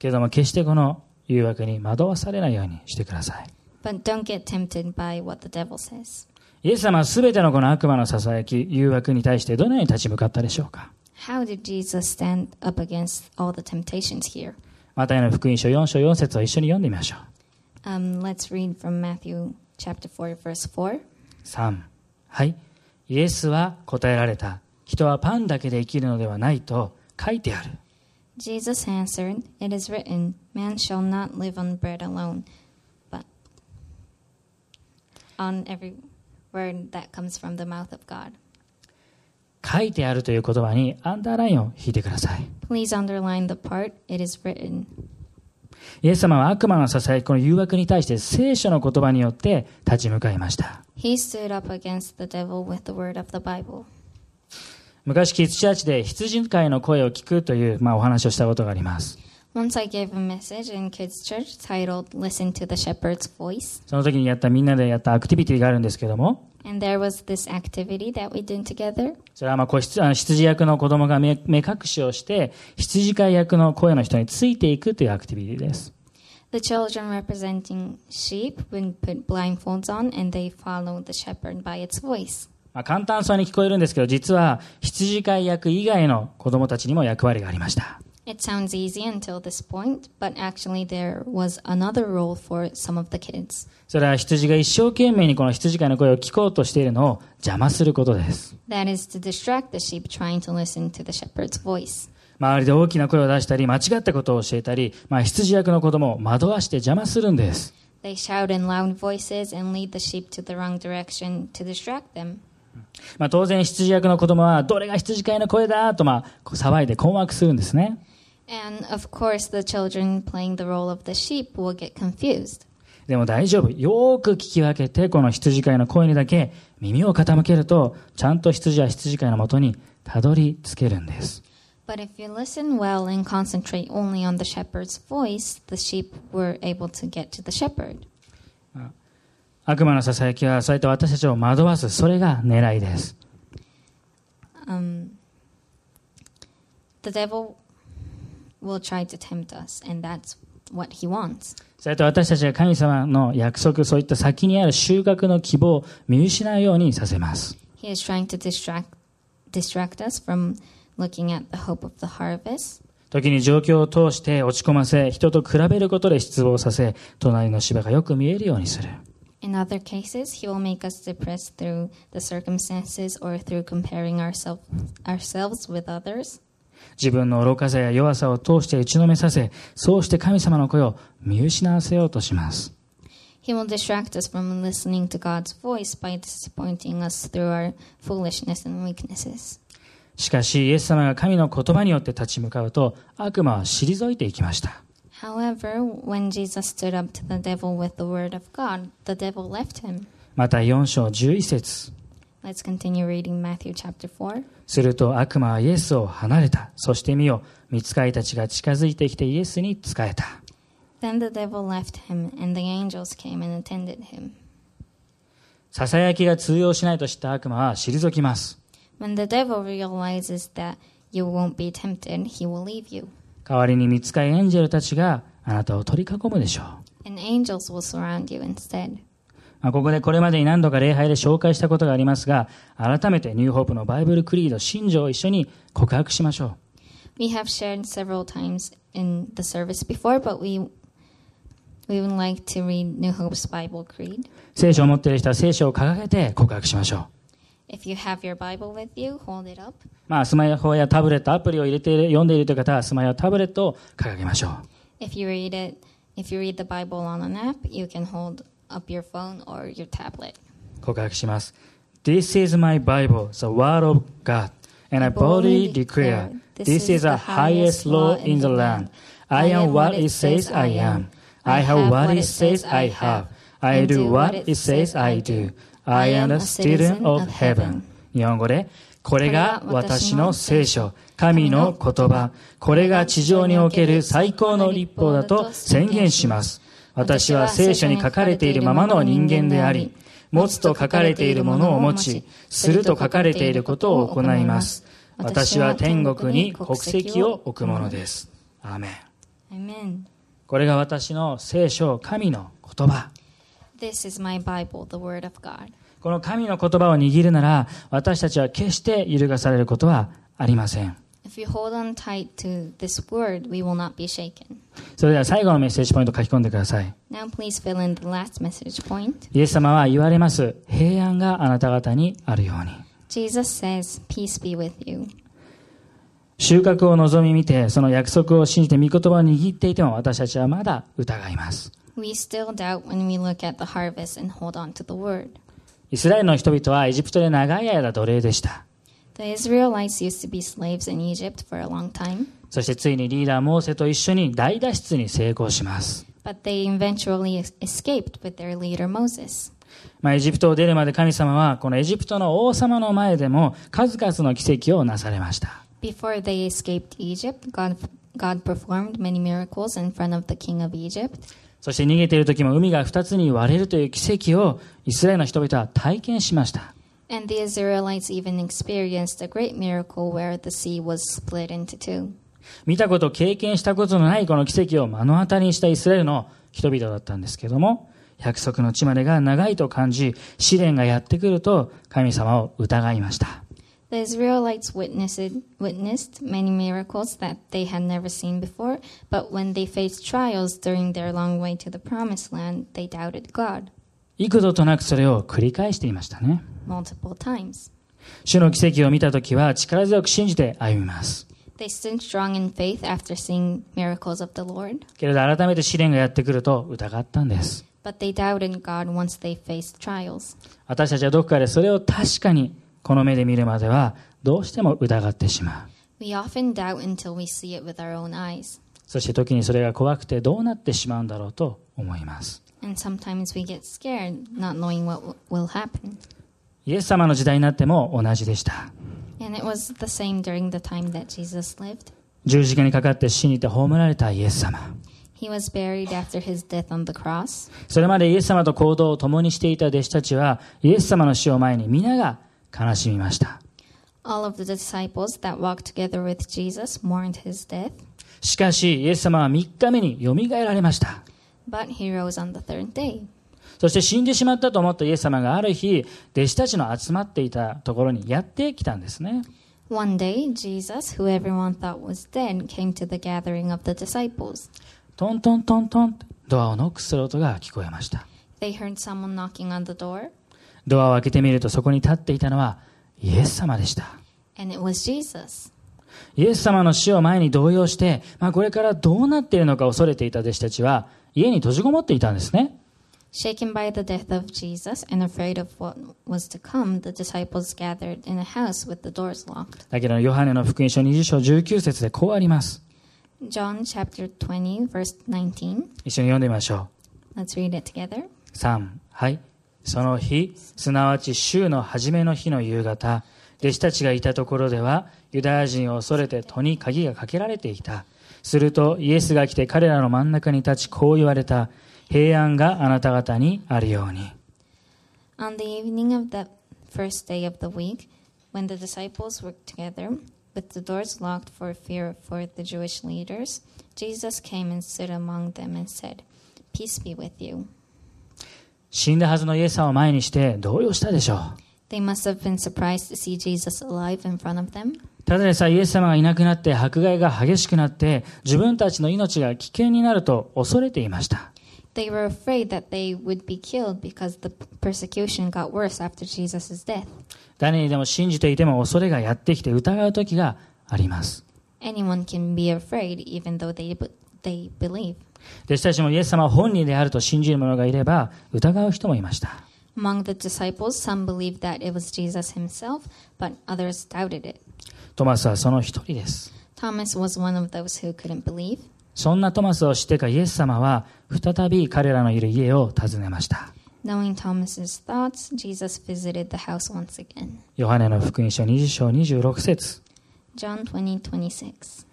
Speaker 1: けれども決してこの誘惑に惑わされないようにしてください
Speaker 2: But don't get tempted by what the devil says.
Speaker 1: イエス様は全てのこの悪魔のささやき誘惑に対してどのように立ち向かったでしょうか
Speaker 2: How did Jesus stand up against all the temptations here?
Speaker 1: マタイの福音書4章4節を一緒に読んでみましょう
Speaker 2: Um, let's read from Matthew chapter 4, verse 4.
Speaker 1: 3はいイエスは答えられた人はパンだけで生きるのではないと書いてある
Speaker 2: Jesus answered, It is written, Man shall not live on bread alone, but on every word that comes from the mouth of God.
Speaker 1: 書いてあるという言葉にアンダーラインを引いてください
Speaker 2: Please underline the part, It is written.
Speaker 1: イエス様は悪魔のささやきこの誘惑に対して聖書の言葉によって立ち向かいました
Speaker 2: He stood up against the devil with the word of the Bible.
Speaker 1: 昔キッズチャーチで羊飼いの声を聞くという、まあ、お話をしたことがあります
Speaker 2: Once I gave a message in kids' church titled Listen to the Shepherd's Voice,
Speaker 1: その時にやったみんなでやったアクティビティがあるんですけども
Speaker 2: and there was this activity that we did together.
Speaker 1: それはまあ子羊あの羊役の子供が目目隠しをして羊飼い役の声の人についていくというアクティビティです
Speaker 2: The children representing sheep would put blindfolds on and they followed the shepherd by its voice.
Speaker 1: まあ、簡単そうに聞こえるんですけど、実は羊飼い役以外の子供たちにも役割がありました。
Speaker 2: It sounds easy until this point, but actually there was another role for some of the kids.
Speaker 1: それは羊が一生懸命にこの羊飼いの声を聞こうとしているのを邪魔することです。
Speaker 2: That is to distract the sheep trying to listen to the shepherd's voice.
Speaker 1: 周りで大きな声を出したり、間違ったことを教えたり、まあ、羊役の子供を惑わして邪魔するんです。
Speaker 2: They shout in loud voices and lead the sheep to the wrong direction to distract them.
Speaker 1: まあ、当然羊役の子供は、どれが羊飼いの声だとまあこう騒いで困惑するんですね。
Speaker 2: And of course, the children playing the role of the sheep will get confused.
Speaker 1: でも大丈夫。よーく聞き分けて、この羊飼いの声にだけ耳を傾けると、ちゃんと羊は羊飼いのもとにたどり着けるんです。
Speaker 2: But if you listen well and concentrate only on the shepherd's voice, the sheep were able to get to the shepherd.
Speaker 1: 悪魔のささやきはそうやって私たちを惑わすそれが狙いです
Speaker 2: Um, the devil will try to tempt us, and that's what he wants.
Speaker 1: そうやって私たちが神様の約束そういった先にある収穫の希望を見失うようにさせます
Speaker 2: He is trying to distract distract us from looking at the hope of the harvest.
Speaker 1: 時に状況を通して落ち込ませ人と比べることで失望させ隣の芝がよく見えるようにする
Speaker 2: In other cases, he will make us depressed through the circumstances or through comparing ourselves ourselves with others.
Speaker 1: 自分の愚かさや弱さを通して打ちのめさせそうして神様の声を見失わせようとします
Speaker 2: He will distract us from listening to God's voice by disappointing us through our foolishness and weaknesses.
Speaker 1: しかしイエス様が神の言葉によって立ち向かうと悪魔は退いていきました
Speaker 2: However, when Jesus stood up to the devil with the word of God, the devil left him.
Speaker 1: また4章11節
Speaker 2: Let's continue reading Matthew chapter 4.
Speaker 1: すると悪魔はイエスを離れた。そして見よ、見つかいたちが近づいてきてイエスに仕えた。
Speaker 2: Then the devil left him, and the angels came and attended him.
Speaker 1: ささやきが通用しないと知った悪魔は退きます。
Speaker 2: When the devil realizes that you won't be tempted, he will leave you,
Speaker 1: 代わりに見つかいエンジェルたちがあなたを取り囲むでしょう。
Speaker 2: and angels will surround you instead.
Speaker 1: まあここでこれまでに何度か礼拝で紹介したことがありますが、改めてニューホープのバイブルクリード、信条を一緒に告白しましょう。
Speaker 2: We have shared several times in the service before, but we we would like to read New Hope's Bible Creed.
Speaker 1: 聖書を持っている人は聖書を掲げて告白しましょう。
Speaker 2: If you have your Bible with you, hold it up.
Speaker 1: まあ、スマホやタブレット、アプリを入れている読んでいるという方は、スマホやタブレットを掲げましょう。
Speaker 2: If you read it, if you read the Bible on an app, you can hold up your phone or your tablet.
Speaker 1: 告白します。This is my Bible, the word of God, and I boldly declare, this is the highest law in the land. I am what it says I am. I have what it says I have. I do what it says I do. I am a student of heaven. 日本語で、これが私の聖書、神の言葉、これが地上における最高の立法だと宣言します。私は聖書に書かれているままの人間であり、持つと書かれているものを持ち、すると書かれていることを行います。私は天国に国籍を置くものです。アーメン。
Speaker 2: Amen.
Speaker 1: これが私の聖書、神の言葉。
Speaker 2: This is my Bible, the Word of God.
Speaker 1: この神の言葉を握るなら、私たちは決して揺るがされることはありません。
Speaker 2: If you hold on tight to this word, we will not be shaken.
Speaker 1: それでは最後のメッセージポイント書き込んでください。
Speaker 2: Now, please fill in the last message point.
Speaker 1: イエス様は言われます。平安があなた方にあるように。
Speaker 2: Jesus says, Peace be with you.
Speaker 1: 収穫を望み見て、その約束を信じて御言葉を握っていても私たちはまだ疑います。
Speaker 2: We still doubt when we look at the harvest and hold on to the word.
Speaker 1: イスラエルの人々はエジプトで長い間奴隷でした。
Speaker 2: The Israelites used to be slaves in Egypt for a long time,
Speaker 1: そしてついにリーダーモーセと一緒に大脱出に成功します。
Speaker 2: but they eventually es- escaped with their leader Moses.
Speaker 1: まあ、エジプトを出るまで神様はこのエジプトの王様の前でも数々の奇跡をなされました。
Speaker 2: Before they escaped Egypt, God, God performed many miracles in front of the king of Egypt.
Speaker 1: そして逃げている時も海が二つに割れるという奇跡をイスラエルの人々は体験しました。
Speaker 2: And the Israelites even experienced a great miracle where the sea was split into two.
Speaker 1: 見たこと、経験したことのないこの奇跡を目の当たりにしたイスラエルの人々だったんですけども、約束の地までが長いと感じ、試練がやってくると神様を疑いました。
Speaker 2: The Israelites witnessed, witnessed many miracles that they had never seen before, but when they faced trials during their long way to the promised land, they doubted God
Speaker 1: 幾度となくそれを繰り返していましたね。
Speaker 2: multiple times.
Speaker 1: 主の奇跡を見た時は力強く信じて歩みます。
Speaker 2: They stood strong in faith after seeing miracles of the Lord,
Speaker 1: けれど改めて試練がやってくると疑ったんです。
Speaker 2: but they doubted God once they faced trials.
Speaker 1: 私たちはどこかでそれを確かにこの目で見るまではどうしても疑ってしまう。
Speaker 2: We often doubt until we see it with our own eyes,
Speaker 1: そして時にそれが怖くてどうなってしまうんだろうと思います。
Speaker 2: and sometimes we get scared, not knowing what w- will happen.
Speaker 1: イエス様の時代になっても同じでした。
Speaker 2: And it was the same during the time that Jesus lived.
Speaker 1: 十字架にかかって死にて葬られたイエス様。
Speaker 2: He was buried after his death on the cross.
Speaker 1: それまでイエス様と行動を共にしていた弟子たちは、イエス様の死を前に皆が悲しみました。
Speaker 2: All of the disciples that walked together with Jesus mourned his death,
Speaker 1: しかし、イエス様は3日目によみがえられました。
Speaker 2: but he rose on the third day.
Speaker 1: そして死んでしまったと思ったイエス様がある日、弟子たちの集まっていたところにやってきたんですね。
Speaker 2: One day, Jesus, who everyone thought was dead, came to the gathering of the disciples.
Speaker 1: トントントントンとドアをノックする音が聞こえました。
Speaker 2: They heard someone knocking on the door,
Speaker 1: ドアを開けてみるとそこに立っていたのはイエス様でした。
Speaker 2: and it was Jesus.
Speaker 1: イエス様の死を前に動揺して、まあ、これからどうなっているのか恐れていた弟子たちは、家に閉じこもっていたんですね。
Speaker 2: Shaken by the death of Jesus and afraid of what was to come, the disciples gathered in a house with the doors locked.
Speaker 1: だけど、ヨハネの福音書20章19節でこうあります。
Speaker 2: John chapter 20, verse 19.
Speaker 1: 一緒に読んでみましょ
Speaker 2: Let's read it together.
Speaker 1: う。3、はい。その日、すなわち週の初めの日の夕方、弟子たちがいたところでは、ユダヤ人を恐れて戸に鍵がかけられていた。すると、イエスが来て彼らの真ん中に立ち、こう言われた。平安があなた方にあるように。
Speaker 2: On the evening of the first day of the week, when the disciples were together, with the doors locked for fear for the Jewish leaders, Jesus came and stood among them and said, Peace be with you.
Speaker 1: 死んだはずのイエス様を前にして動揺したでしょう。
Speaker 2: They must have been surprised to see Jesus alive in front of them.
Speaker 1: ただでさえイエス様がいなくなって迫害が激しくなって自分たちの命が危険になると恐れていました。
Speaker 2: They were afraid that they would be killed because the persecution got worse after Jesus' death.
Speaker 1: 誰にでも信じていても恐れがやってきて疑う時があります。
Speaker 2: Anyone can be afraid even though they, be- they believe.
Speaker 1: 弟子たちもイエス様本人であると信じる者がいれば疑う人もいました。
Speaker 2: Among the disciples, some believed that it was Jesus himself, but others doubted it.
Speaker 1: トマスはその一人です。
Speaker 2: Thomas was one of those who couldn't believe.
Speaker 1: そんなトマスを知ってかイエス様は再び彼らのいる家を訪ねました。
Speaker 2: Knowing Thomas's thoughts, Jesus visited the house once again.
Speaker 1: ヨハネの福音書20章26節
Speaker 2: John 20 26.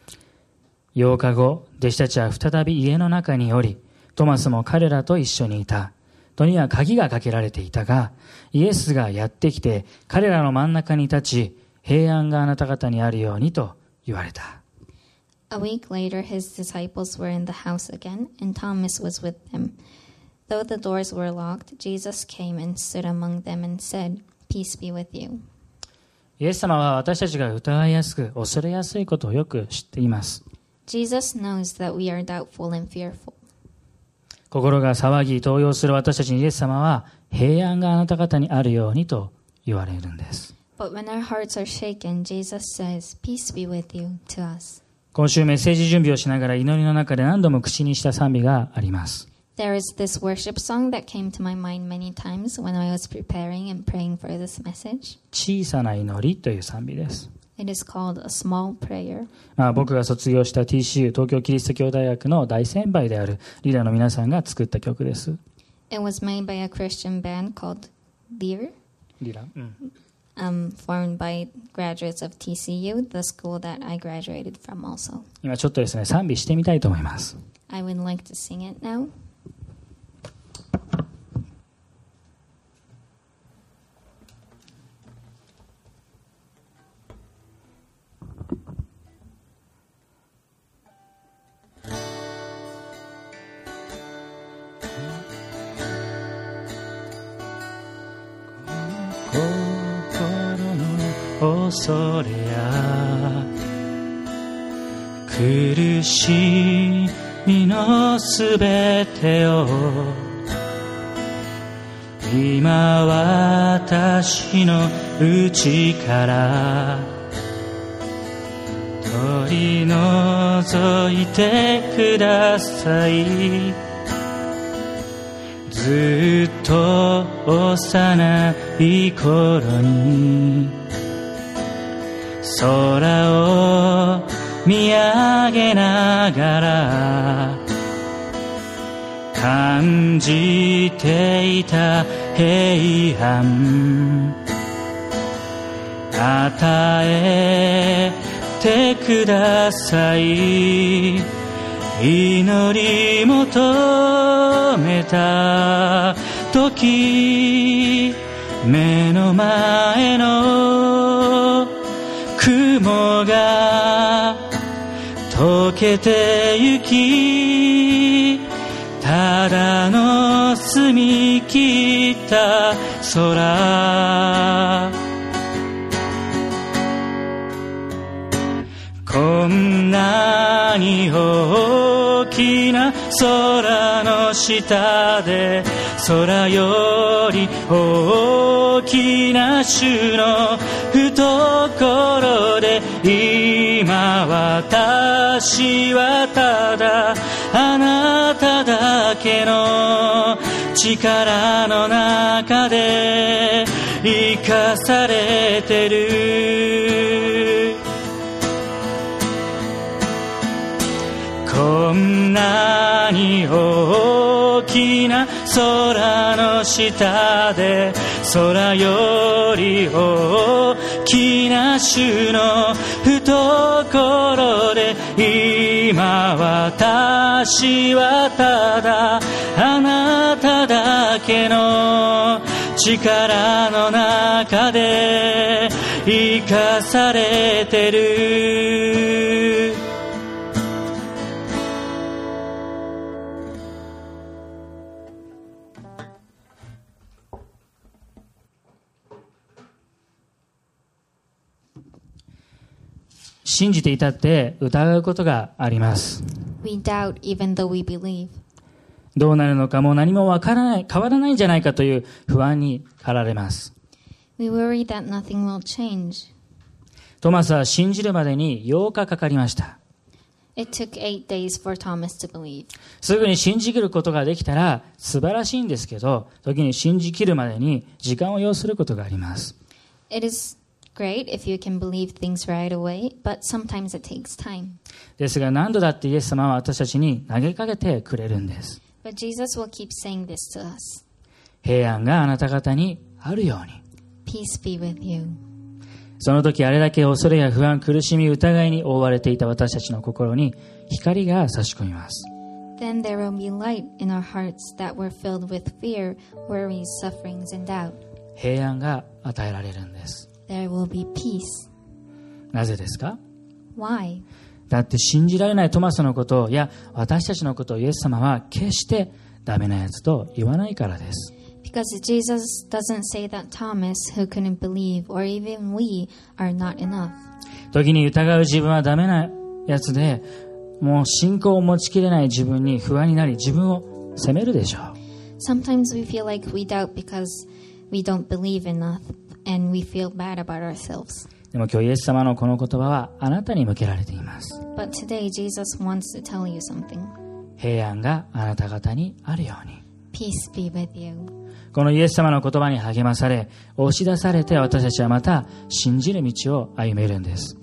Speaker 1: 8日後、弟子たちは再び家の中におり、トマスも彼らと一緒にいた。戸には鍵がかけられていたが、イエスがやってきて、彼らの真ん中に立ち、平安があなた方にあるようにと言われた。
Speaker 2: A week later, his disciples were in the house again, and Thomas was with them. Though the doors were locked, Jesus came and stood among them and said, Peace be with you.
Speaker 1: イエス様は私たちが疑いやすく、恐れやすいことをよく知っています。
Speaker 2: Jesus knows that we are doubtful and fearful.
Speaker 1: 心が騒ぎ、動揺する私たちにイエス様は、平安があなた方にあるようにと言われるんです。
Speaker 2: But when our hearts are shaken, Jesus says, Peace be with you to us.
Speaker 1: 今週メッセージ準備をしながら祈りの中で何度も口にした賛美があります。
Speaker 2: There is this worship song that came to my mind many times when I was preparing and praying for this message.
Speaker 1: 小さな祈りという賛美です。
Speaker 2: It is called A Small Prayer.
Speaker 1: まあ、僕が卒業した TCU 東京キリスト教大学の大先輩であるリーダーの皆さんが作った曲です。
Speaker 2: It was made by a Christian band called Lear,
Speaker 1: リーダー、うん、
Speaker 2: um, formed by graduates of TCU, the school that I graduated from also.
Speaker 1: 今ちょっとですね賛美してみたいと思います。
Speaker 2: I would like to sing it now.
Speaker 1: 心の恐れや苦しみのすべてを今私の内から取り除いてくださいずっと幼い頃に空を見上げながら感じていた平安与えてください祈り求めた時目の前の雲が溶けてゆきただの澄み切った空こんなに大きな空の下で空より大きな種の懐で今私はただあなただけの力の中で生かされてるこんなに大きな空の下で空より大きな種の懐で今私はただあなただけの力の中で生かされてる信じていたって疑うことがあります
Speaker 2: We doubt even though we believe.
Speaker 1: どうなるのかもう何もわからない、変わらないんじゃないかという不安に駆られます。
Speaker 2: We worry that nothing will change.
Speaker 1: トマスは信じるまでに8日かかりました。
Speaker 2: It took eight days for Thomas to believe.
Speaker 1: すぐに信じきることができたら素晴らしいんですけど、時に信じきるまでに時間を要することがあります。
Speaker 2: It is great if you can believe things right away, but sometimes it takes time.
Speaker 1: ですが何度だってイエス様は私たちに投げかけてくれるんです。
Speaker 2: But Jesus will keep saying this to us
Speaker 1: 平安があなた方にあるように。
Speaker 2: Peace be with you.
Speaker 1: その時あれだけ恐れや不安、苦しみ、疑いに覆われていた私たちの心に光が差し込みます。
Speaker 2: Then there will be light in our hearts that were filled with fear, worries, sufferings, and doubt.
Speaker 1: 平安が与えられるんです。
Speaker 2: There will be peace.
Speaker 1: なぜですか
Speaker 2: Why?
Speaker 1: だって信じられないトマスのことを、いや、私たちのことをイエス様は決してダメなやつと言わないからです。
Speaker 2: Because Jesus doesn't say that Thomas, who couldn't believe, or even we, are not enough.
Speaker 1: 時に疑う自分はダメなやつで、もう信仰を持ちきれない自分に不安になり自分を責めるでしょう。
Speaker 2: Sometimes we feel like we doubt because we don't believe enough and we feel bad about ourselves.
Speaker 1: でも今日イエス様のこの言葉はあなたに向けられています。
Speaker 2: But today, Jesus wants to tell you something
Speaker 1: 平安があなた方にあるように。
Speaker 2: Peace be with you.
Speaker 1: このイエス様の言葉に励まされ、押し出されて私たちはまた信じる道を歩めるんです。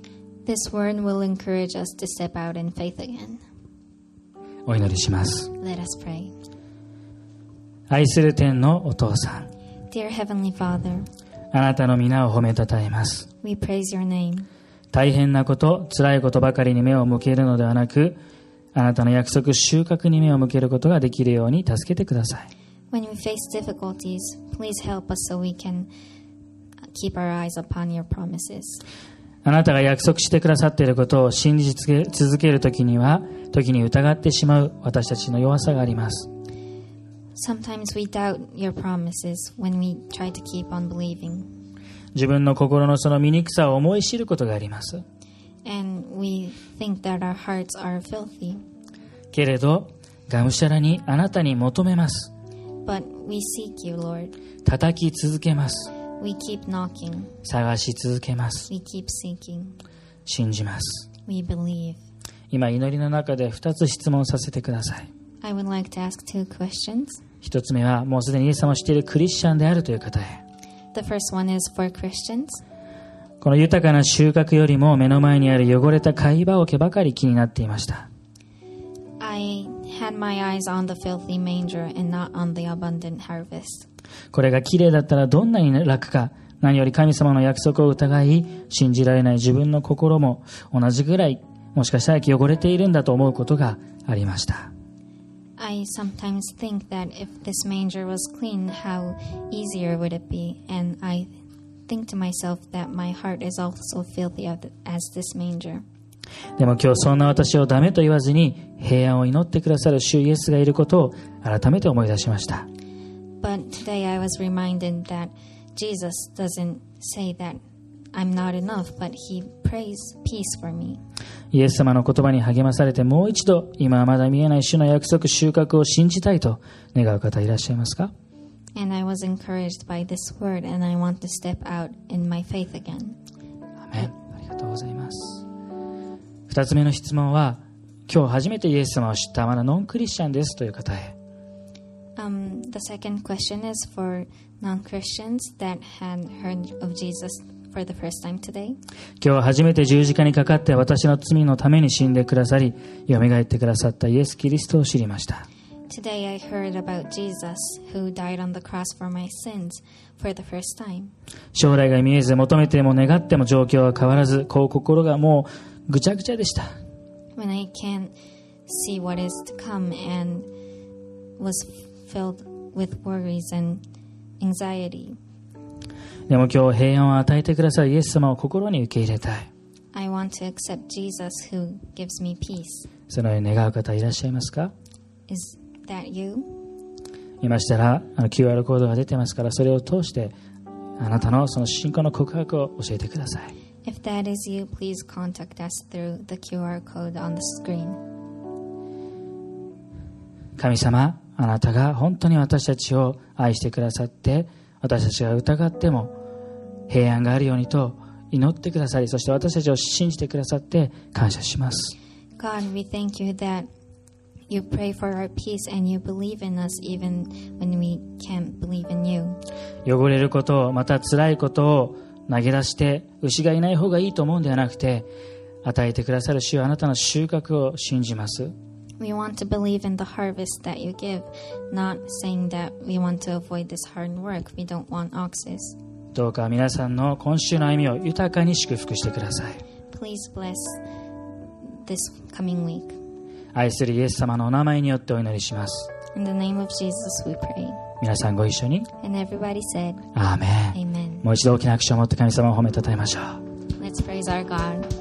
Speaker 2: This word will encourage us to step out in faith again.
Speaker 1: お祈りします。
Speaker 2: Let us pray.
Speaker 1: 愛する天のお父さん、
Speaker 2: Dear Heavenly Father,
Speaker 1: あなたの皆を褒めたたえます。
Speaker 2: we praise your name.
Speaker 1: 大変なこと、辛いことばかりに目を向けるのではなく、あなたの約束、収穫に目を向けることができるように助けてください。
Speaker 2: When we face difficulties, please help us so we can uh, keep our eyes upon your promises.
Speaker 1: あなたが約束してくださっていることを信じつけ続けるときには、時に疑ってしまう私たちの弱さがあります。
Speaker 2: Sometimes we doubt your promises when we try to keep on believing,
Speaker 1: 自分の心のその醜さを思い知ることがあります。
Speaker 2: and we think that our hearts are filthy.
Speaker 1: けれど、がむしゃらにあなたに求めます。
Speaker 2: But we seek you, Lord.
Speaker 1: 叩き続けます。
Speaker 2: We keep knocking,
Speaker 1: 探し続けます。
Speaker 2: we keep seeking,
Speaker 1: 信じます。
Speaker 2: we believe.
Speaker 1: 今、祈りの中で2つ質問させてください。
Speaker 2: I would like to ask two questions.
Speaker 1: 1つ目は、もうすでにイエス様を知っているクリスチャンであるという方へ。
Speaker 2: The first one is for Christians.
Speaker 1: この豊かな収穫よりも目の前にある汚れた貝羽桶ばかり気になっていました。
Speaker 2: I had my eyes on the filthy manger and not on the abundant harvest.
Speaker 1: これが綺麗だったらどんなに楽か。何より神様の約束を疑い、信じられない自分の心も同じぐらい、もしかしたら汚れているんだと思うことがありました。
Speaker 2: I sometimes think that if this manger was clean, how easier would it be? And I think to myself that my heart is also filthy of- as this manger.
Speaker 1: でも今日そんな私をダメと言わずに平安を祈ってくださる主イエスがいることを改めて思い出しました。
Speaker 2: But today I was reminded that Jesus doesn't say that I'm not enough, but he prays peace for me.
Speaker 1: イエス様の言葉に励まされてもう一度今はまだ見えない主の約束収穫を信じたいと願う方いらっしゃいますか
Speaker 2: And I was encouraged by this word, and I want to step out in my faith again.
Speaker 1: アメンありがとうございます。二つ目の質問は今日初めてイエス様を知ったまだノンクリスチャンですという方へ
Speaker 2: Um, the second question is for non Christians that had heard of Jesus for the first time today.
Speaker 1: 今日初めて十字架にかかって私の罪のために死んでくださり蘇ってくださったイエス・キリストを知りました。
Speaker 2: Today I heard about Jesus who died on the cross for my sins for the first time.
Speaker 1: 将来が見えず求めても願っても状況は変わらずこう心がもうぐちゃぐちゃでした
Speaker 2: When I can't see what is to come and was filled with worries and anxiety,
Speaker 1: でも今日平安を与えてくださるイエス様を心に受け入れたい
Speaker 2: I want to accept Jesus who gives me peace.
Speaker 1: そのように願う方いらっしゃいますか
Speaker 2: Is that you?
Speaker 1: いましたらあの QR コードが出てますからそれを通してあなたのその信仰の告白を教えてください
Speaker 2: If that is you, please contact us through the QR code on the screen.
Speaker 1: 神様あなたが本当に私たちを愛してくださって私たちが疑っても平安があるようにと祈ってくださりそして私たちを信じてくださって感謝します
Speaker 2: God, we thank you that you pray for our peace and you believe in us even when we can't believe in you.
Speaker 1: 汚れることをまた辛いことを投げ出して牛がいない方がいいと思うんではなくて与えてくださる主よあなたの収穫を信じます
Speaker 2: We want to believe in the harvest that you give, not saying that we want to avoid this hard work. We don't want oxes.
Speaker 1: どうか皆さんの今週の歩みを豊かに祝福してください
Speaker 2: Please bless this coming week.
Speaker 1: 愛するイエス様のお名前によってお祈りします
Speaker 2: In the name of Jesus, we pray.
Speaker 1: 皆さんご一緒に
Speaker 2: And everybody said,
Speaker 1: アーメン
Speaker 2: Amen.
Speaker 1: もう一度大きな拍手を持って神様を褒めたたえましょう
Speaker 2: Let's praise our God.